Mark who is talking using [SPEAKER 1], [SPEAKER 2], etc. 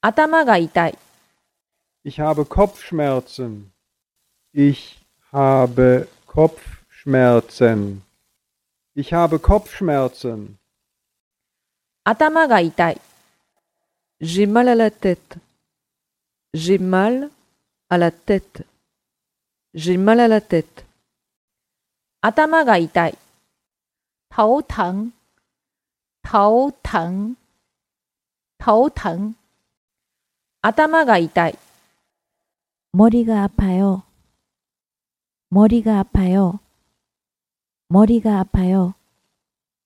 [SPEAKER 1] 頭が痛い。
[SPEAKER 2] Ich habe Kopfschmerzen. Ich habe Kopfschmerzen. Ich habe Kopfschmerzen.
[SPEAKER 1] 頭が痛い。
[SPEAKER 3] J'ai mal à la tête. J'ai mal à la tête. J'ai mal à la tête.
[SPEAKER 1] 頭が痛い。
[SPEAKER 4] 头疼，头疼，头疼。
[SPEAKER 1] 頭が痛い。
[SPEAKER 5] 머리가 아파요. 머리가 아파요. 머리가 아파요.